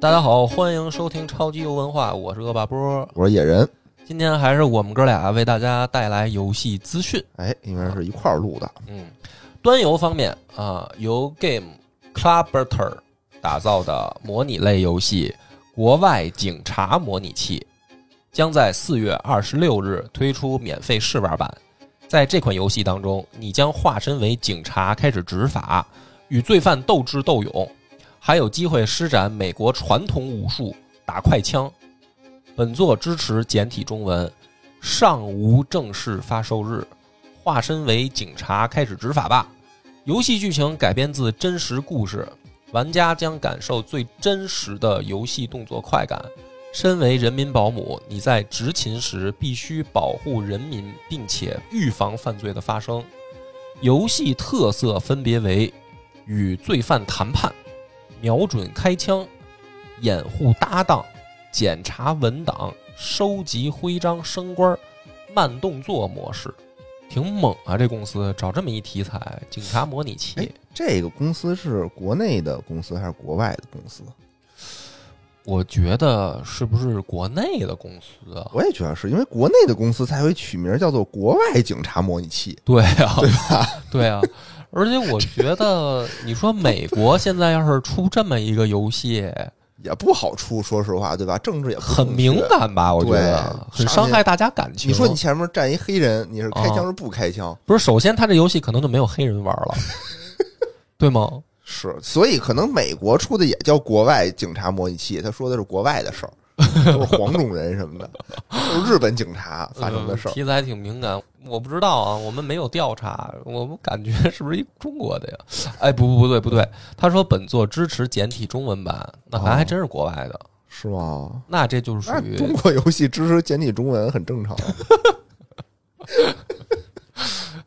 大家好，欢迎收听超级游文化，我是恶霸波。我是野人，今天还是我们哥俩为大家带来游戏资讯。哎，应该是一块儿录的。嗯，端游方面啊、由 Game Clubber 打造的模拟类游戏《国外警察模拟器》将在四月二十六日推出免费试玩版。在这款游戏当中，你将化身为警察，开始执法，与罪犯斗智斗勇，还有机会施展美国传统武术打快枪。本作支持简体中文，尚无正式发售日。化身为警察开始执法吧。游戏剧情改编自真实故事，玩家将感受最真实的游戏动作快感。身为人民保姆，你在执勤时必须保护人民，并且预防犯罪的发生。游戏特色分别为与罪犯谈判、瞄准开枪、掩护搭档、检查文档、收集徽章升官、慢动作模式。挺猛啊！这公司找这么一题材，警察模拟器哎，这个公司是国内的公司还是国外的公司？我觉得是不是国内的公司 啊？我也觉得是因为国内的公司才会取名叫做“国外警察模拟器对啊，对吧？对啊，而且我觉得，你说美国现在要是出这么一个游戏，”，也不好出，说实话，对吧？政治也不很正确敏。感吧？我觉得对很伤害大家感情。你说你前面站一黑人，你是开啊枪是不开枪？不是？首先，他这游戏可能就没有黑人玩 了，对吗？是，所以可能美国出的也叫国外警察模拟器，他说的是国外的 事儿，都是黄种人什么的，都是日本警察发生的事儿嗯。题材挺敏感，我不知道啊，我们没有调查，我们感觉是不是一中国的呀？哎，不不不对不对，他说本作支持简体中文版，那咱还真是国外的，是吗？那这就是属哦那于中国游戏支持简体中文很正常。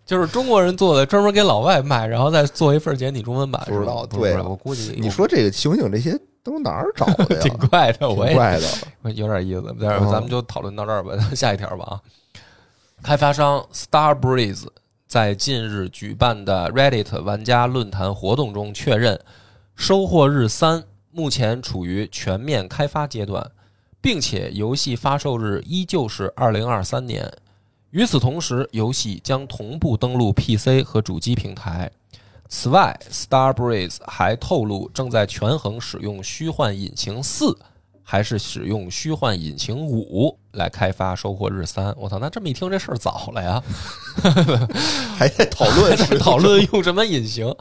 就是中国人做的，专门给老外卖，然后再做一份简体中文版，不知道是吧对不是我估计你说这个刑警这些都哪儿找的 呀？挺快的，挺我也 怪的。有点意思，但是嗯咱们就讨论到这儿吧， 下一条吧啊。开发商 Starbreeze 在近日举办的 Reddit 玩家论坛活动中确认，《收获日三》目前处于全面开发阶段，并且游戏发售日依旧是二零二三年。与此同时，游戏将同步登陆 PC 和主机平台。此外，Starbreeze 还透露正在权衡使用虚幻引擎四还是使用虚幻引擎五来开发《收获日三》。我操，那这么一听，这事儿早了呀！还在讨论在 是讨论用什么隐形。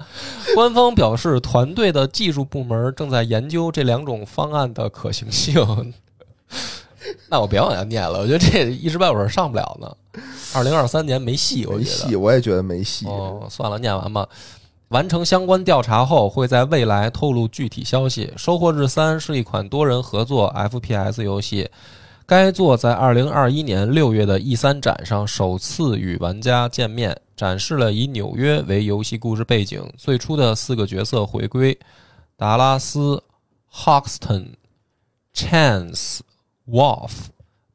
官方表示，团队的技术部门正在研究这两种方案的可行性。那我别往下念了，我觉得这一时半会儿上不了呢。二零二三年没戏，我没觉得戏，我也觉得没戏。哦，算了，念完吧。完成相关调查后，会在未来透露具体消息。《收获日三》是一款多人合作 FPS 游戏，该作在2021年六月的 E 3展上首次与玩家见面，展示了以纽约为游戏故事背景，最初的四个角色回归：达拉斯、Hoxton、Chance、Wolf。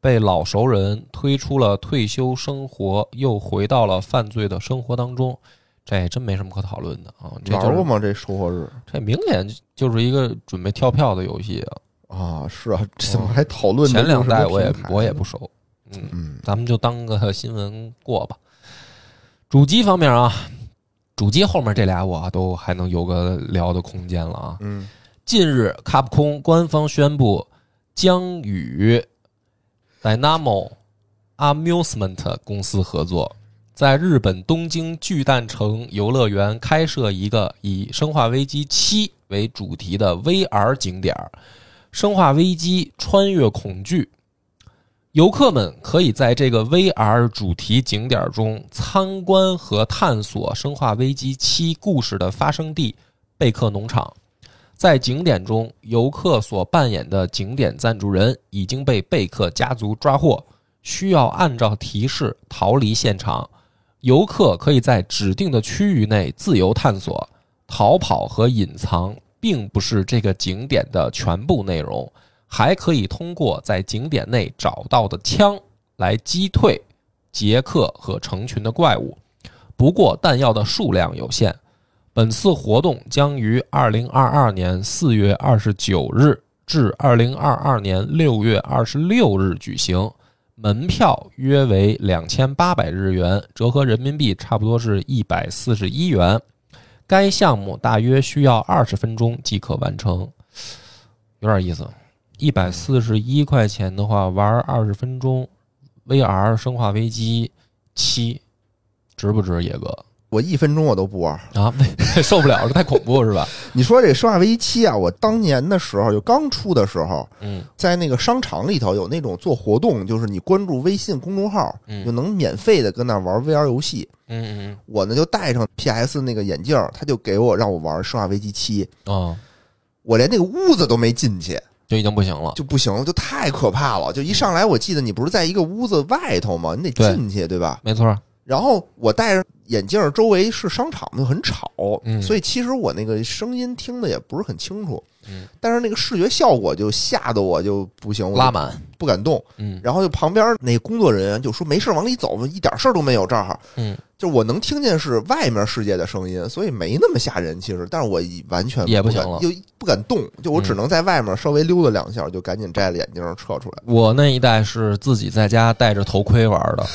被老熟人推出了退休生活，又回到了犯罪的生活当中，这也真没什么可讨论的啊！你这就是玩过吗？这收获日这明显就是一个准备跳票的游戏啊！啊，是啊，这怎么还讨论这哦前两代我用什么也平台我也不熟，嗯，嗯，咱们就当个新闻过吧。主机方面啊，主机后面这俩我啊都还能有个聊的空间了啊。嗯，近日，卡普空官方宣布将与 Dynamo Amusement 公司合作，在日本东京巨蛋城游乐园开设一个以《生化危机七》为主题的 VR 景点儿“生化危机：穿越恐惧”。游客们可以在这个 VR 主题景点中参观和探索《生化危机七》故事的发生地贝克农场。在景点中，游客所扮演的景点赞助人已经被贝克家族抓获，需要按照提示逃离现场。游客可以在指定的区域内自由探索、逃跑和隐藏，并不是这个景点的全部内容，还可以通过在景点内找到的枪来击退杰克和成群的怪物。不过，弹药的数量有限，本次活动将于二零二二年四月二十九日至二零二二年六月二十六日举行，门票约为两千八百日元，折合人民币差不多是一百四十一元。该项目大约需要二十分钟即可完成，有点意思。一百四十一块钱的话，玩二十分钟，VR《生化危机七》，值不值，野哥？我一分钟我都不玩。啊， 为受不了，这太恐怖是吧？你说这个《生化危机七》啊，我当年的时候就刚出的时候，嗯，在那个商场里头有那种做活动，就是你关注微信公众号，嗯就能免费的跟那玩 VR 游戏。嗯我呢就戴上 PS 那个眼镜儿，他就给我让我玩《生化危机七》，嗯，啊，我连那个屋子都没进去就已经不行了。就不行了，就太可怕了。就一上来，我记得你不是在一个屋子外头吗？你得进去，对吧？没错，然后我戴着眼镜儿，周围是商场，就很吵，嗯所以其实我那个声音听的也不是很清楚，嗯但是那个视觉效果就吓得我就不行，我就拉满，不敢动。嗯然后就旁边那工作人员就说：“没事，往里走，一点事儿都没有。”这儿嗯，就是我能听见是外面世界的声音，所以没那么吓人。其实，但是我完全也不不行敢了就不敢动，就我只能在外面稍微溜达两下，就赶紧摘了眼镜儿撤出来。我那一代是自己在家戴着头盔玩 的，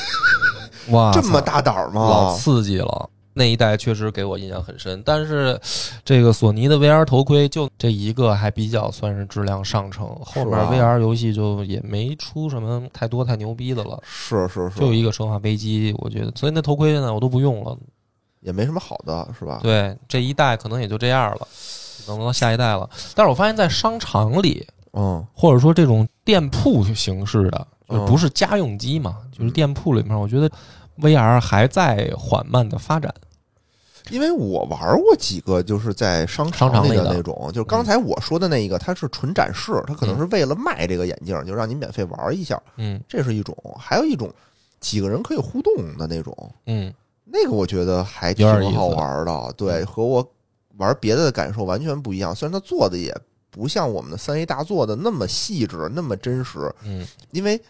哇塞，这么大胆啊儿老吗？刺激了。那一代确实给我印象很深，但是这个索尼的 VR 头盔就这一个还比较算是质量上乘，后面是吧 VR 游戏就也没出什么太多太牛逼的了，是是，就是一个生化危机，我觉得，所以那头盔呢我都不用了，也没什么好的，是吧？对，这一代可能也就这样了，等到下一代了。但是我发现，在商场里嗯，或者说这种店铺形式的，就是嗯不是家用机嘛，就是店铺里面，我觉得 VR 还在缓慢的发展。因为我玩过几个，就是在商商场里里的嗯那种，就是刚才我说的那一个，它是纯展示，它可能是为了卖这个眼镜儿，就让你免费玩一下，嗯这是一种；还有一种，几个人可以互动的那种，嗯，那个我觉得还挺好玩的，对，和我玩别的的感受完全不一样。虽然它做的也不像我们的三 A 大作的那么细致、那么真实，嗯，因为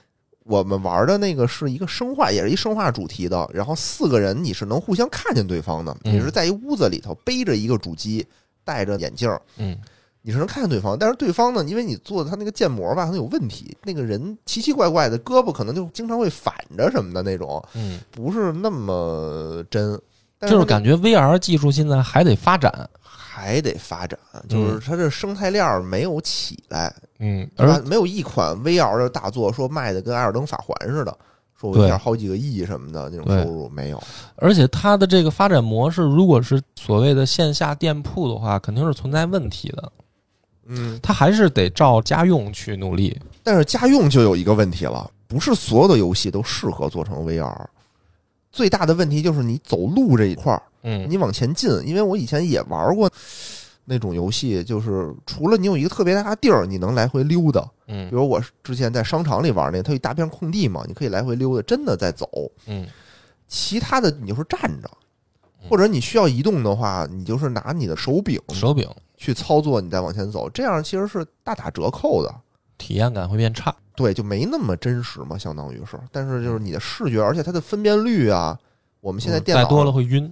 我们玩的那个是一个生化，也是一生化主题的，然后四个人你是能互相看见对方的，嗯你是在一屋子里头背着一个主机，戴着眼镜儿，嗯，你是能看见对方，但是对方呢，因为你做的他那个建模吧，可能有问题，那个人奇奇怪怪的，胳膊可能就经常会反着什么的那种，嗯，不是那么真，但就是它感觉 VR 技术现在还得发展。还得发展，就是它这生态链儿没有起来，嗯，对吧而没有一款 VR 的大作说卖的跟《艾尔登法环》似的，说我对一下好几个亿什么的那种对收入没有。而且它的这个发展模式，如果是所谓的线下店铺的话，肯定是存在问题的。嗯，它还是得照家用去努力。但是家用就有一个问题了，不是所有的游戏都适合做成 VR。最大的问题就是你走路这一块儿，嗯你往前进，因为我以前也玩过那种游戏，就是除了你有一个特别大的地儿，你能来回溜达，比嗯如我之前在商场里玩那，它有一大片空地嘛，你可以来回溜达，真的在走。嗯其他的你就是站着，嗯或者你需要移动的话，你就是拿你的手柄手柄去操作，你再往前走，这样其实是大打折扣的。体验感会变差。对，就没那么真实嘛，相当于是。但是就是你的视觉，而且它的分辨率啊，我们现在嗯电脑戴多了，会晕。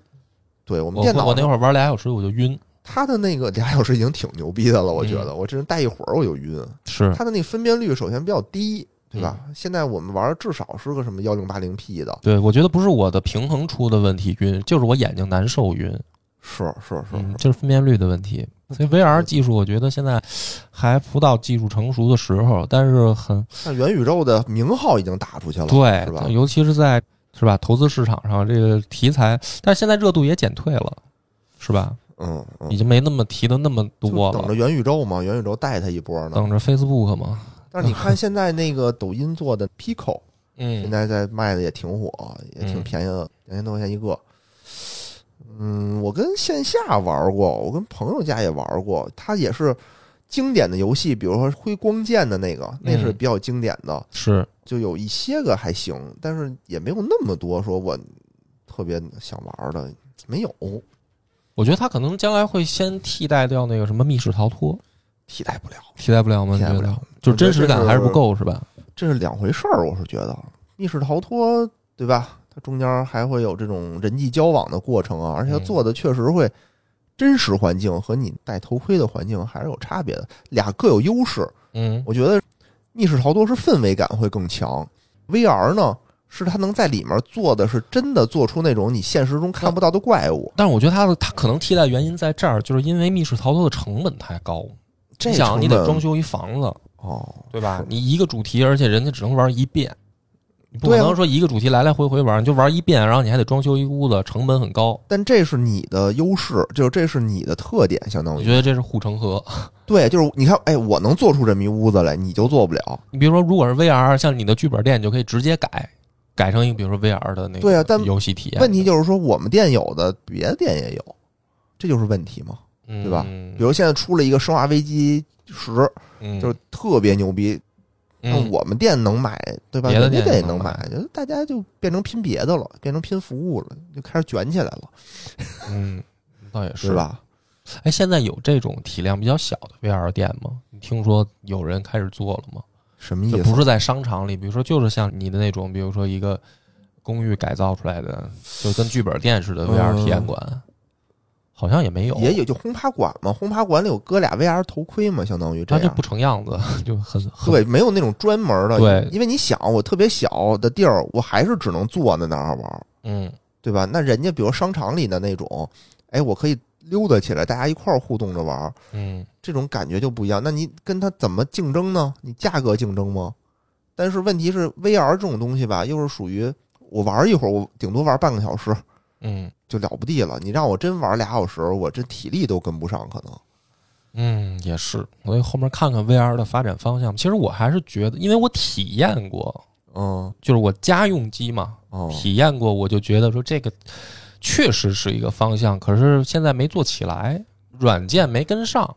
对我们我电脑我那上会儿玩俩小时我就晕，它的那个俩小时已经挺牛逼的嗯了，我觉得我真是戴一会儿我就晕。是它的那个分辨率首先比较低，对吧？嗯现在我们玩至少是个什么幺零八零 P 的，对我觉得不是我的平衡出的问题晕，就是我眼睛难受晕，是是是嗯，是，就是分辨率的问题。所以 VR 技术，我觉得现在还不到技术成熟的时候，但是很那元宇宙的名号已经打出去了，对是吧，尤其是在是吧投资市场上这个题材，但是现在热度也减退了，是吧？嗯嗯已，经没那么提的那么多就等着了，嗯元宇宙嘛，元宇宙带他一波呢。等着 Facebook 嘛，但是你看现在那个抖音做的 Pico，现嗯，在在卖的也挺火，也挺嗯便宜的，两千多块钱一个。嗯，我跟线下玩过，我跟朋友家也玩过，它也是经典的游戏，比如说挥光剑的那个，那嗯是比较经典的，是就有一些个还行，但是也没有那么多说我特别想玩的，没有我觉得它可能将来会先替代掉那个什么密室逃脱，替代不了。替代不了吗？替代不你觉得了，就是真实感还是我觉得这不够，是吧？这是两回事儿，我是觉得密室逃脱，对吧？它中间还会有这种人际交往的过程啊，而且它嗯做的确实会真实环境和你戴头盔的环境还是有差别的，俩各有优势，嗯我觉得密室逃脱是氛围感会更强，VR 呢是它能在里面做的是真的做出那种你现实中看不到的怪物。但是我觉得它的它可能替代原因在这儿，就是因为密室逃脱的成本太高。这你想，你成得本装修一房子，哦，对吧是？你一个主题，而且人家只能玩一遍，你不可对啊能说一个主题来来回回玩，你就玩一遍，然后你还得装修一屋子，成本很高。但这是你的优势，就是这是你的特点，相当我于觉得这是护城河。对，就是你看，哎，我能做出这么一屋子来，你就做不了。你比如说，如果是 VR，像你的剧本店，你就可以直接改，改成一个比如说 VR 的那对啊但个游戏体验。问题就是说，我们店有的，别的店也有，这就是问题嘛。对对吧比如现在出了一个《生化危机十》，嗯，就是特别牛逼，那嗯我们店能买，对吧？别的人家店店也也能能买买，就是大家就变成拼别的了，变成拼服务了，就开始卷起来了，嗯，倒也是是？吧？哎，现在有这种体量比较小的 VR 店吗？你听说有人开始做了吗？什么意就思？不是在商场里，比如说就是像你的那种，比如说一个公寓改造出来的，就跟剧本店似的嗯 VR 体验馆，好像也没有，也有就轰趴馆嘛，轰趴馆里有搁俩 VR 头盔嘛，相当于这它就样不。成样子， 就很很对，没有那种专门的，对因为你想，我特别小的地儿，我还是只能坐在那儿玩儿，嗯对吧？那人家比如商场里的那种，哎，我可以溜达起来，大家一块儿互动着玩儿，嗯这种感觉就不一样。那你跟它怎么竞争呢？你价格竞争吗？但是问题是，VR 这种东西吧，又是属于我玩一会儿，我顶多玩半个小时嗯就了不地了。你让我真玩俩小时，我这体力都跟不上，可能。嗯，也是。所以后面看看 VR 的发展方向。其实我还是觉得，因为我体验过，嗯，就是我家用机嘛，哦，体验过，我就觉得说这个确实是一个方向，可是现在没做起来，软件没跟上，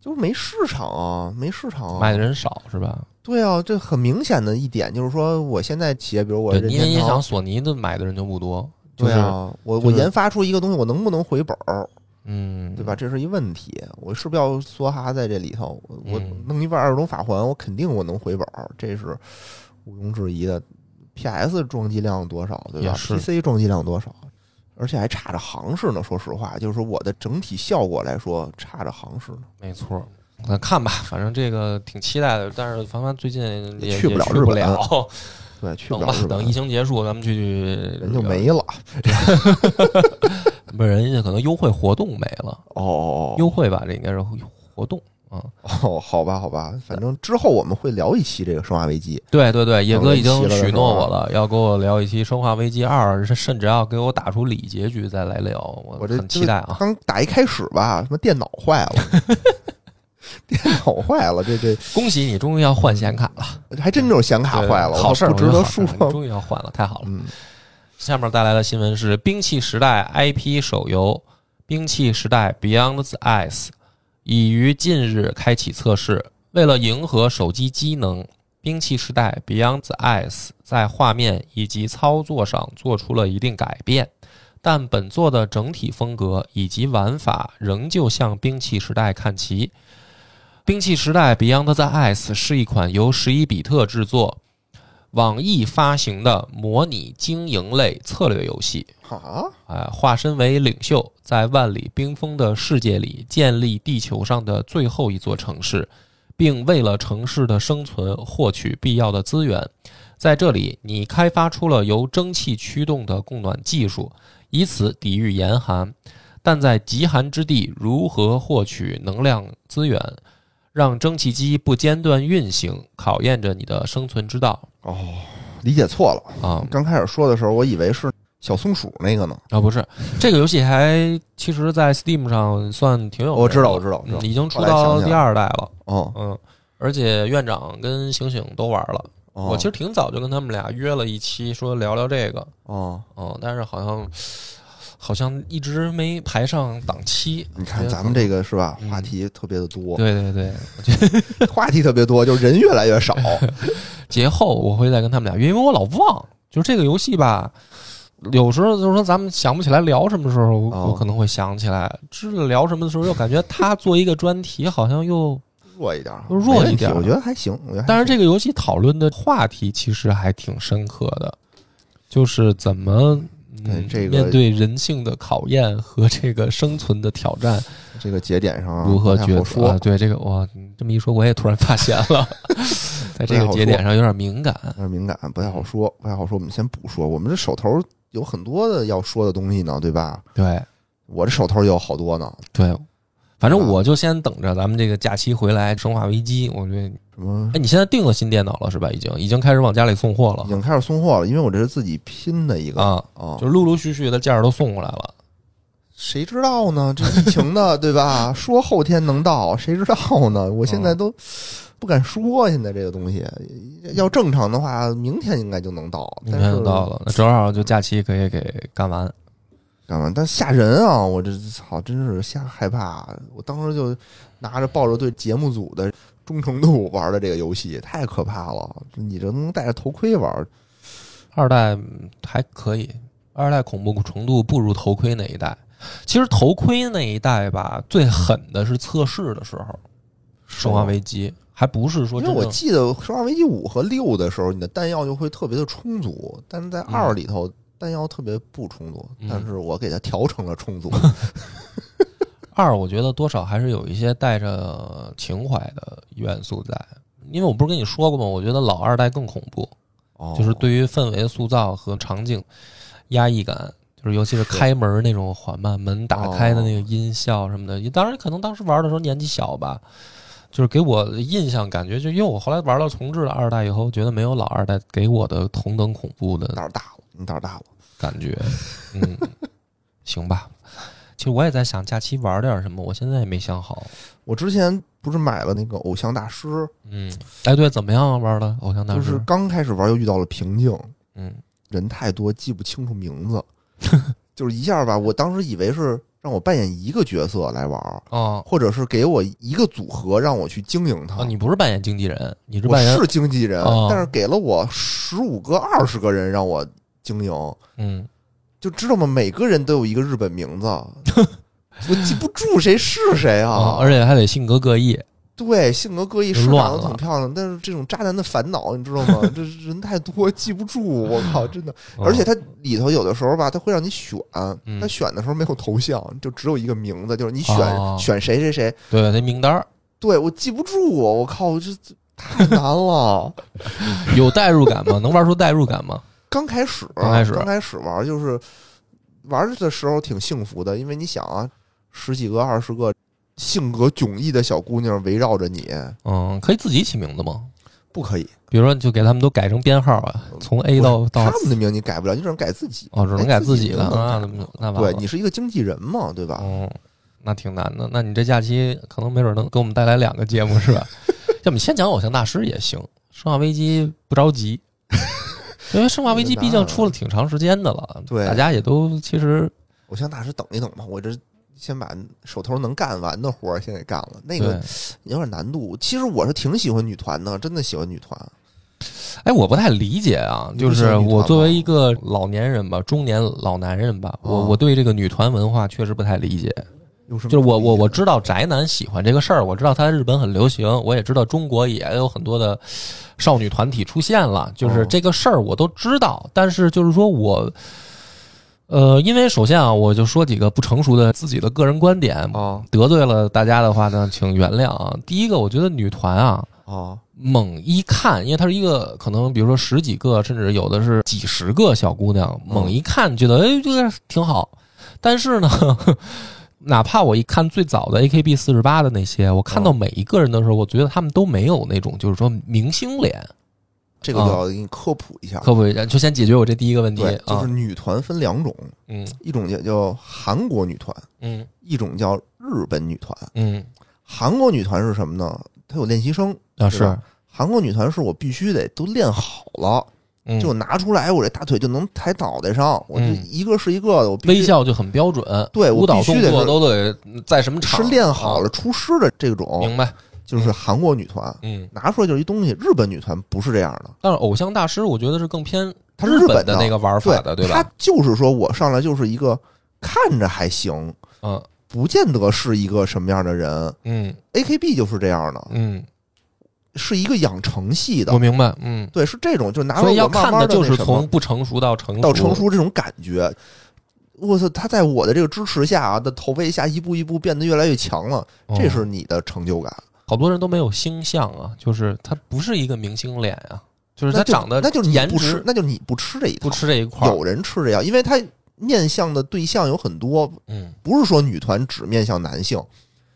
就是没市场啊，没市场买啊。的人少是吧？对啊，这很明显的一点就是说，我现在企业，比如我对，任你也天想堂，索尼的买的人就不多，就对是、啊，我就我是研发出一个东西，我能不能回本儿，嗯，对吧？？这是一问题。我是不是要梭哈在这里头？我我嗯弄一万二种法环，我肯定我能回本儿，这是毋庸置疑的。PS 装机量多少，对吧也是？PC 装机量多少？而且还差着行市呢。说实话，就是我的整体效果来说，差着行市呢。没错。那看吧，反正这个挺期待的，但是凡凡最近也也去不不了去日本 了，对，去等不了吧日，本等疫情结束，咱们去人就没了。不是人家可能优惠活动没了，哦哦哦优惠吧，这应该是活动啊。哦，好吧好吧，反正之后我们会聊一期这个《生化危机》。对对对，野哥已经等人齐了的许时诺候啊我了，要跟我聊一期《生化危机二》，甚甚至要给我打出里结局再来聊，我我这很期待啊！刚打一开始吧，什么电脑坏了， 电脑坏了，这这恭喜你，终于要换显卡了，还真就是显卡对坏了，好事儿，我我不觉值得得好事儿。说你终于要换了，太好了。嗯，下面带来的新闻是《兵器时代》IP 手游《兵器时代 Beyond the Ice》已于近日开启测试。为了迎合手机机能，《兵器时代 Beyond the Ice》在画面以及操作上做出了一定改变，但本作的整体风格以及玩法仍旧向《兵器时代》看齐。《兵器时代 Beyond the Ice》是一款由十一比特制作、网易发行的模拟经营类策略游戏，啊，啊，化身为领袖，在万里冰封的世界里建立地球上的最后一座城市，并为了城市的生存获取必要的资源。在这里，你开发出了由蒸汽驱动的供暖技术，以此抵御严寒。但在极寒之地，如何获取能量资源，让蒸汽机不间断运行，考验着你的生存之道哦，理解错了。啊！刚开始说的时候，我以为是小松鼠那个呢。啊，不是，这个游戏还其实，在 Steam 上算挺有名的，我哦知道我知道我知道嗯已经出后来想到起来第二代了，哦，嗯，而且院长跟醒醒都玩了，哦我其实挺早就跟他们俩约了一期，说聊聊这个，哦，嗯，但是好像好像一直没排上档期，你看咱们这个是吧嗯，话题特别 的多，对对对，话题特别多，就是人越来越 少。节后我会再跟他们俩约，因为我老忘，就这个游戏吧。有时候就是说，咱们想不起来聊什么时候，我哦我可能会想起来。知道聊什么的时候，又感觉他做一个专题，好像又弱一点儿，弱一没问题点儿我觉得还行。我觉得还但是这个游戏讨论的话题其实还挺深刻的，就是怎么。对嗯，这个面对人性的考验和这个生存的挑战，行这个节点上啊如何不太抉好择啊？说？对这个哇，你这么一说，我也突然发现了， 在这不太个好节点上有点敏感。有点敏感，不太好说，不太好说。我们先不说，我们这手头有很多的要说的东西呢，对吧？对我这手头有好多呢，对，反正啊我就先等着咱们这个假期回来《生化危机》，我觉得，什么哎，你现在订了新电脑了是吧？已经已经开始往家里送货已了经开始送货了，因为我这是自己拼的一个啊，啊就陆陆续续的件儿都送过来了。谁知道呢？这疫情 呢，对吧？说后天能到，谁知道呢？我现啊在都不敢说，现在这个东西要正常的话，明天应该就能到。明但天就是到了，那正好就假期可以给干完。干嘛？但吓人啊！我这操，真是吓害怕。我当时就拿着抱着对节目组的忠诚度玩的这个游戏，太可怕了！你这能戴着头盔玩，二代嗯还可以，二代恐怖程度不如头盔那一代。其实头盔那一代吧，最狠的是测试的时候，《生化危机》还不是说因为真我正记得《生化危机五》和六的时候，你的弹药就会特别的充足，但是在嗯二里头弹药特别不充足，嗯但是我给它调成 了充足。二，我觉得多少还是有一些带着情怀的元素在。因为我不是跟你说过吗？我觉得老二代更恐怖，哦就是对于氛围塑造和场景压抑感，就是尤其是开门那种缓慢门打开的那个哦音效什么的。当然，可能当时玩的时候年纪小吧，就是给我的印象感觉，就因为我后来玩了重置的二代以后，觉得没有老二代给我的同等恐怖的胆儿大了，你胆儿大了。感觉。嗯，行吧。其实我也在想假期玩点什么，我现在也没想好。我之前不是买了那个《偶像大师》，嗯，哎，对，怎么样玩的偶像大就师？是刚开始玩就遇到了瓶颈，嗯，人太多记不清楚名 字，就是一下吧。我当时以为是让我扮演一个角色来玩儿，哦或者是给我一个组合让我去经营它。哦，你不是扮演经纪人，你是我扮演是经纪人，哦但是给了我十五个、二十个人让我经营，嗯，就知道吗？每个人都有一个日本 名字，我记不住谁是谁啊哦，而且还得性格各异。对，性格各异，就是乱长得了挺漂亮，但是这种渣男的烦恼，你知 道吗？这人太多，记不住，我靠，真的。嗯而且它里头有的时候吧，它会让你选，嗯它选的时候没有头像，就只有一个名字，就是你选、哦选谁谁谁。对，那名单儿对我记不住，啊我靠，这这太难了。有代入感吗？能玩出代入感吗？刚开始，刚开始玩就是玩的时候挺幸福的，因为你想啊，十几个、二十个性格迥异的小姑娘围绕着你，嗯，可以自己起名字吗？不可以。比如说，就给他们都改成编号啊，从 A 到到他们的名你改不了，你只能改自己。哦，只能改自己的啊，自那己么的那完对了。你是一个经纪人嘛，对吧？嗯，那挺难的。那你这假期可能没准能给我们带来两个节目是吧？ 要不你先讲《偶像大师》也行，《生化危机》不着 急，因为《生化危机》毕竟出了挺长时间的了，对大家也都其实我向大师等一等吧，我这先把手头能干完的活儿先给干了。那对。个有点难度。其实我是挺喜欢女团的，真的喜欢女团。哎，我不太理解啊，你啊就不喜欢是女团我吗作为一个老年人吧，中年老男人吧，我哦我对这个女团文化确实不太理解。有什么就是我我我不理解知道宅男喜欢这个事儿，我知道它在日本很流行，我也知道中国也有很多的少女团体出现了，就是哦这个事儿我都知道，但是就是说我。呃，因为首先啊，我就说几个不成熟的自己的个人观点，哦得罪了大家的话呢，请原谅啊。第一个，我觉得女团啊，哦猛一看，因为它是一个可能，比如说十几个，甚至有的是几十个小姑娘，嗯猛一看觉得哎，这个挺好。但是呢， 哪怕我一看最早的 AKB 四十八的那些，我看到每一个人的时候，我觉得他们都没有那种就是说明星脸。这个啊就要给你科普一下。可不可以就先解决我这第一个问题对，就啊是？女团分两种，嗯一种叫叫韩国女团，嗯一种叫日本女团。嗯韩国女团是什么呢？它有练习生。啊对是吧，韩国女团是我必须得都练好了，嗯就拿出来，我这大腿就能抬脑袋上，我这嗯一个是一个的，我必须微笑就很标准，对我舞蹈必须动得作是都得在什么是场练好啊了出师的这种，明白？就是韩国女团嗯，拿出来就是一东西。日本女团不是这样的，但是偶像大师，我觉得是更偏它是日日本的的那个玩法的，对吧她？就是说我上来就是一个看着还行，嗯不见得是一个什么样的人。嗯 A K B 就是这样的，嗯，是一个养成系我的，明白，嗯。对，是这种，就拿出所来以要我慢看慢的地就是那什么从不成熟到成熟，到成熟这种感觉。我操，他在我的这个支持下啊的投喂下，一步一步变得越来越强了，哦这是你的成就感。嗯好多人都没有星象啊，就是他不是一个明星脸啊，就是那他就长得那就是你颜不值吃，那就是你不吃这一套不。吃这一块儿，有人吃这样，因为他面向的对象有很多，嗯不是说女团只面向男性，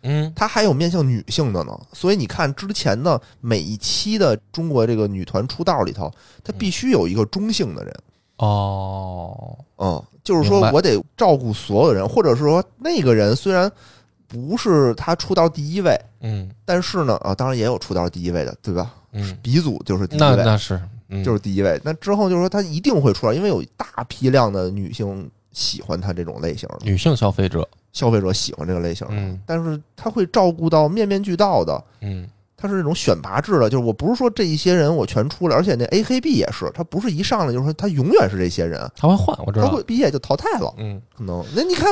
嗯它还有面向女性的呢。所以你看之前的每一期的中国这个女团出道里头，它嗯必须有一个中性的人。哦，嗯，就是说明白我得照顾所有人，或者是说那个人虽然不是他出道第一位，嗯但是呢，啊，当然也有出道第一位的，对吧？嗯，鼻祖就是第一那位，那是，嗯就是第一位。那之后就是说他一定会出来，因为有大批量的女性喜欢他这种类型的，女性消费者，消费者喜欢这个类型的，嗯但是他会照顾到面面俱到的。嗯它是这种选拔制的，就是我不是说这一些人我全出来，而且那 A K B 也是，他不是一上来就说他永远是这些人，他会换，我知他道会，毕业就淘汰了，嗯可能。那你看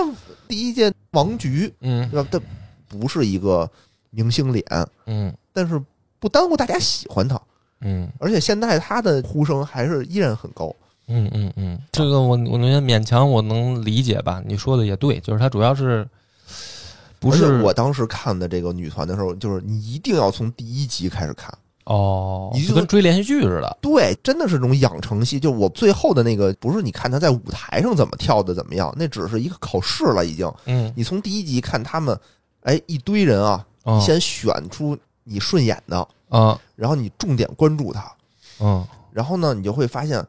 第一届王菊，嗯对吧？他不是一个明星脸，嗯但是不耽误大家喜欢他，嗯而且现在他的呼声还是依然很高。嗯嗯嗯，这个我我觉得勉强我能理解吧，你说的也对，就是他主要是不而是且我当时看的这个女团的时候，就是你一定要从第一集开始看。哦，你就就跟追连续剧似的，对，真的是这种养成系。就我最后的那个，不是你看他在舞台上怎么跳的怎么样，那只是一个考试了已经。嗯，你从第一集看他们，哎，一堆人啊，嗯先选出你顺眼的，啊然后你重点关注他，嗯然后呢，你就会发现，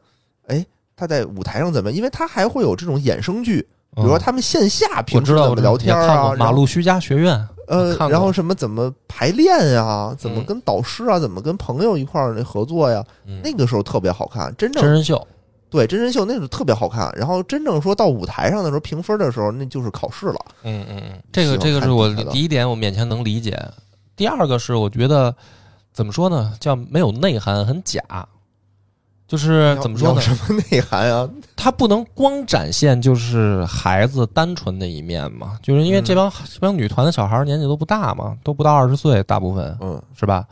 哎，他在舞台上怎么样？因为他还会有这种衍生剧，比如说他们线下嗯我平时知怎道，么我知道聊天也看过啊，马然后路徐家学院，我呃看过，然后什么怎么排练啊，怎么嗯跟导师啊，怎么跟朋友一块儿合作呀？嗯那个时候特别好看，真正真人秀，对真人秀那时候特别好看。然后真正说到舞台上的时候，评分的时候，那就是考试了。嗯嗯嗯，这个喜欢这个看是我这个的第一点，我勉强能理解。第二个是我觉得怎么说呢，叫没有内涵，很假。就是要怎么说要呢？什么内涵啊？他不能光展现就是孩子单纯的一面嘛，就是因为嗯这帮、这帮女团的小孩儿年纪都不大嘛，都不到二十岁，大部分嗯，是吧？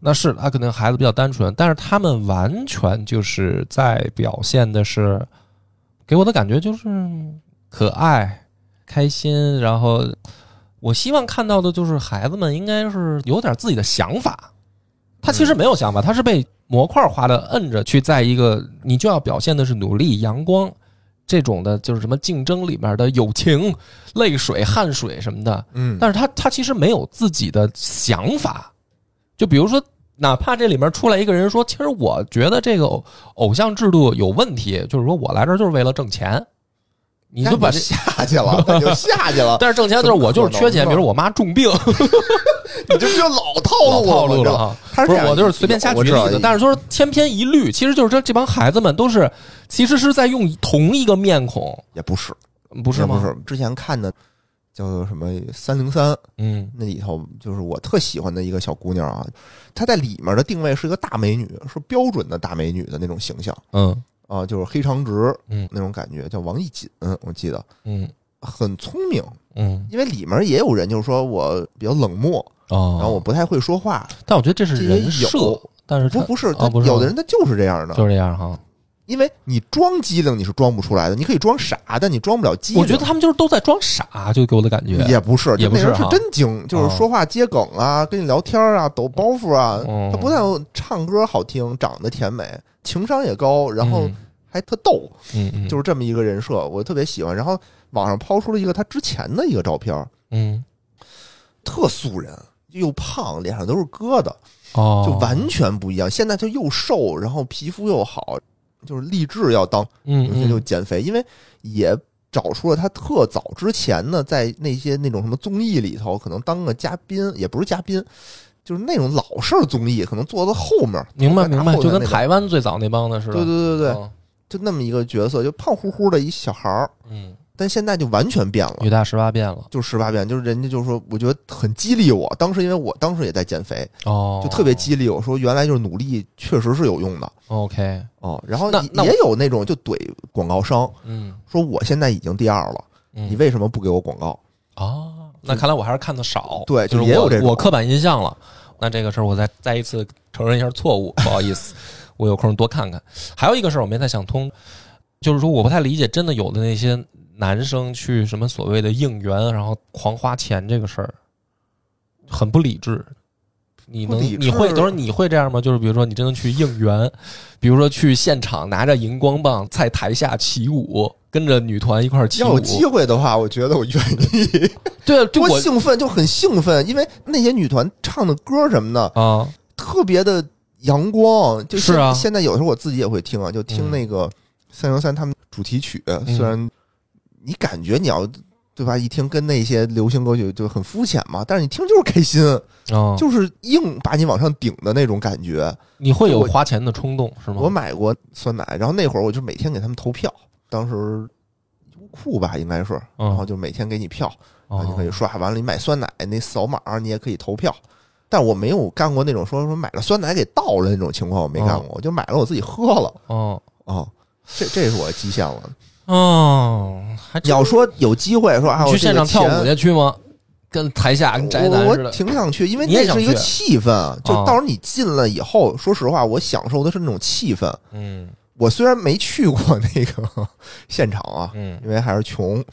那是他可能孩子比较单纯，但是他们完全就是在表现的是，给我的感觉就是可爱、开心。然后我希望看到的就是孩子们应该是有点自己的想法，他其实没有想法，他是被模块化的摁着去，在一个你就要表现的是努力、阳光。这种的就是什么竞争里面的友情、泪水、汗水什么的，嗯，但是他他其实没有自己的想法，就比如说，哪怕这里面出来一个人说，其实我觉得这个偶偶像制度有问题，就是说我来这儿就是为了挣钱，你那就把这。 下去了，那你就下去 了，但是挣钱就是我就是缺钱，怎么可能呢哦比如我妈重病，你这不就老套 老套路路了了吗？哈。他不这是，样我就是随便瞎举例我知子道，但是说千篇一律，其实就是这这帮孩子们都是，其实是在用同一个面孔，也不是，不是也不吗？是。之前看的叫做什么《三零三》，嗯那里头就是我特喜欢的一个小姑娘啊，她在里面的定位是一个大美女，是标准的大美女的那种形象嗯啊，就是黑长直，嗯那种感觉，叫王一瑾，我记得嗯很聪明，嗯因为里面也有人就是说我比较冷漠，哦。然后我，不太会说话，但我觉得这是这也人设有，但是不他不是，哦他不是有吗的人他就是这样的，就是这样哈。因为你装机灵你是装不出来的，你可以装傻，但你装不了机灵。我觉得他们就是都在装傻，就给我的感觉。也不是，也就不那是人是哈哦真精，就是说话接梗啊，跟你聊天啊，抖包袱啊嗯，他不但唱歌好听，长得甜美，情商也高，然后还特逗，嗯，嗯，就是这么一个人设，我特别喜欢。然后网上抛出了一个他之前的一个照片，嗯特素人。又胖，脸上都是疙瘩，哦，就完全不一样。现在他又瘦，然后皮肤又好，就是立志要当嗯有些嗯就减肥，因为也找出了他特早之前呢，在那些那种什么综艺里头，可能当个嘉宾，也不是嘉宾，就是那种老式儿综艺，可能坐到后面儿，明白在明白，后就跟面那种台湾最早那帮的似的。对对对对对，嗯就那么一个角色，就胖乎乎的一小孩儿，嗯，但现在就完全变了。女大十八变了就十八变，就是人家就说，我觉得很激励我。当时因为我当时也在减肥，哦，就特别激励我说，原来就是努力确实是有用的 OK，哦。然后那也那我也有那种就怼广告商嗯说，我现在已经第二了，嗯，你为什么不给我广告？哦，那看来我还是看的少，对就就是也有我这种我刻板印象了。那这个事儿，我再再一次承认一下错误，不好意思，我有空多看看。还有一个事儿我没太想通，就是说我不太理解，真的有的那些男生去什么所谓的应援，啊然后狂花钱这个事儿，很不理智。你能不理智你会就是你会这样吗？就是比如说你真的去应援，比如说去现场拿着荧光棒在台下起舞，跟着女团一块儿起要舞有。机会的话，我觉得我愿 意。对，对多我兴奋，就很兴奋，因为那些女团唱的歌什么的啊，特别的阳光。就是现啊现在有的时候我自己也会听啊，就听嗯那个三零三他们主题曲，虽然你感觉你要。对吧？一听跟那些流行歌曲就很肤浅嘛，但是你听就是开心，啊就是硬把你往上顶的那种感觉。你会有我花钱的冲动是吗？我买过酸奶，然后那会儿我就每天给他们投票，当时优酷吧应该是，然后嗯，就每天给你票，啊，你可以哦，刷，完了你买酸奶那扫码你也可以投票，但我没有干过那种说说买了酸奶给倒了那种情况，我没干过，我就买了我自己喝了哦，啊、这这是我的极限了。哦，还真要说有机会说啊，你我去这现场个跳舞钱去去吗？跟台下跟宅男我似的我。挺想去，因为你也那想是去一个气氛，啊就哦到时候你进了以后，说实话，我享受的是那种气氛。嗯我虽然没去过 那个现场啊，嗯因为还是穷，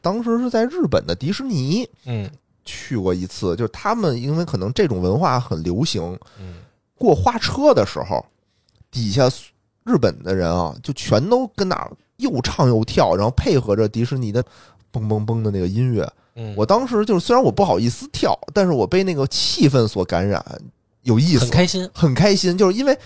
当时是在日本的迪士尼，嗯去过一次，就是他们因为可能这种文化很流行，嗯，过花车的时候，底下日本的人啊，就全都跟那儿又唱又跳，然后配合着迪士尼的嘣嘣嘣的那个音乐。嗯，我当时就是虽然我不好意思跳，但是我被那个气氛所感染，有意思很，开心。很开心，就是因为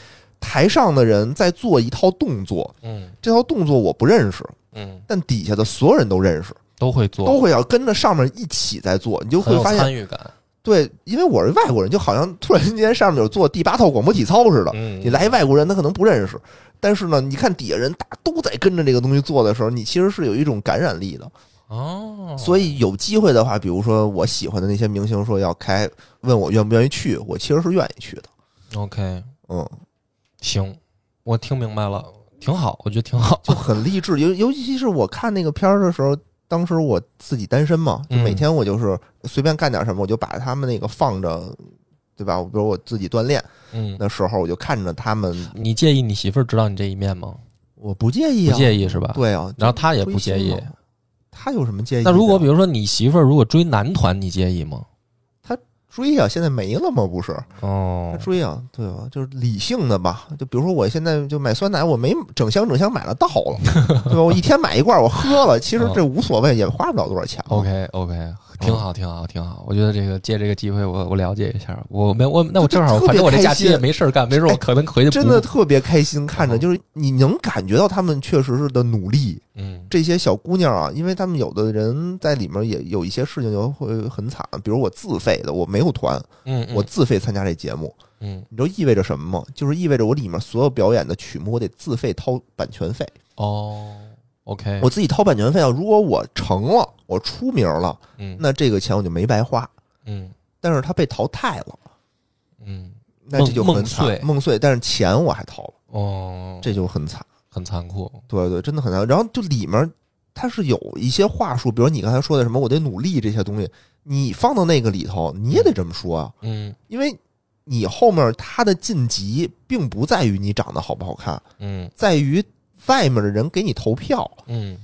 台上的人在做一套动作，嗯这套动作我不认识，嗯，但底下的所有人都认识，都会做，都会要跟着上面一起在做，你就很会有发现参与感。对，因为我是外国人，就好像突然间上面有做第八套广播体操似的。嗯，你来一外国人，他可能不认识，但是呢，你看底下人大都在跟着这个东西做的时候，你其实是有一种感染力的。哦，所以有机会的话，比如说我喜欢的那些明星说要开，问我愿不愿意去，我其实是愿意去的。 OK 嗯，行，我听明白了，挺好，我觉得挺好。就很励志。尤尤其是我看那个片儿的时候，当时我自己单身嘛，就每嗯天我就是随便干点什么，我就把他们那个放着，对吧？我比如我自己锻炼 嗯，的时候，我就看着他们你介意你媳妇儿知道你这一面吗？我不介意不啊，介意是吧？。对啊，然后她也就不介意灰。心嘛他有什么介意的？那如果比如说你媳妇儿如果追男团，你介意吗？追啊，现在没了吗？不是，哦他，追啊，对吧？就是理性的吧。就比如说我现在就买酸奶，我没整箱整箱买了倒 了，对吧？我一天买一罐，我喝了，其实这无所谓，也花不了多少钱。哦 OK OK，挺好，挺好，挺好。我觉得这个借这个机会我，我了解一下。我没我那我正好，就特别反正我这假开期心哎也没事儿干，没准我可能回去真补的，特别开心，看着嗯就是你能感觉到他们确实是的努力。嗯这些小姑娘啊，因为他们有的人在里面也有一些事情就会很惨，比如我自费的，我没有团，嗯，嗯我自费参加这节目，嗯你知道意味着什么吗？就是意味着我里面所有表演的曲目，我得自费掏版权费，哦，OK，我自己掏版权费啊。如果我成了，我出名了，嗯那这个钱我就没白花。嗯但是他被淘汰了，嗯那这就很惨，梦碎梦碎。但是钱我还掏了，哦，这就很惨。很残酷，对对，真的很惨。然后就里面它是有一些话术，比如你刚才说的什么“我得努力”这些东西，你放到那个里头，你也得这么说啊，嗯因为你后面他的晋级并不在于你长得好不好看，嗯在于外面的人给你投票。嗯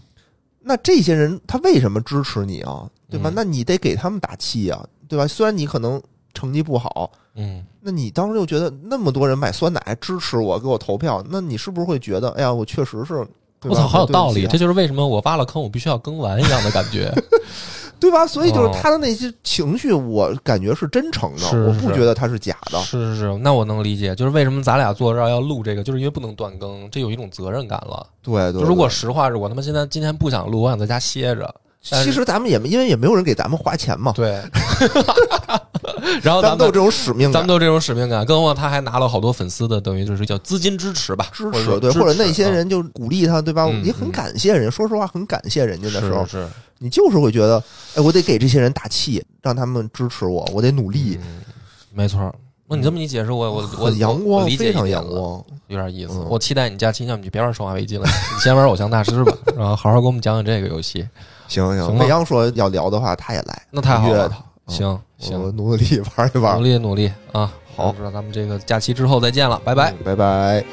那这些人他为什么支持你啊？对吧？嗯那你得给他们打气啊，对吧？虽然你可能成绩不好，嗯那你当时就觉得那么多人买酸奶支持我，给我投票，那你是不是会觉得，哎呀，我确实是，对我吧操，好有道理，啊这我对不起啊就是为什么我挖了坑，我必须要耕完一样的感 觉。啊对吧？所以就哦是他的那些情绪，我感觉是真诚的，是是我不觉得他是假的。是是是，那我能理解，就是为什么咱俩坐这儿要录这个，就是因为不能断更，这有一种责任感了。对对就对，如果实话是我他妈现在今天不想录，我想在家歇着。但是其实咱们也没因为也没有人给咱们花钱嘛，对， 然后咱咱们都有们这种使命咱们感。都有这种使命感，更何况他还拿了好多粉丝的，等于就是叫资金支持吧，支者持对，支或者那持些嗯人就鼓励他，对吧？嗯也很嗯感谢人，说实话，很感谢人家的时候是，是你就是会觉得，哎，我得给这些人打气，让他们支持我，我得努力。嗯没错儿。那你这么一解释，我我我哦很阳我光，理解非常一点阳了，光。有点意思。嗯我期待你假期，要不你别玩《生化危机》了， 你先玩《偶像大师》吧，然后好好给我们讲讲这个游戏。行行行，吧美央说要聊的话，他也来，那太好约了他。嗯行我行，努努力玩一玩努。力努力啊！好那咱们这个假期之后再见了，拜拜。拜拜。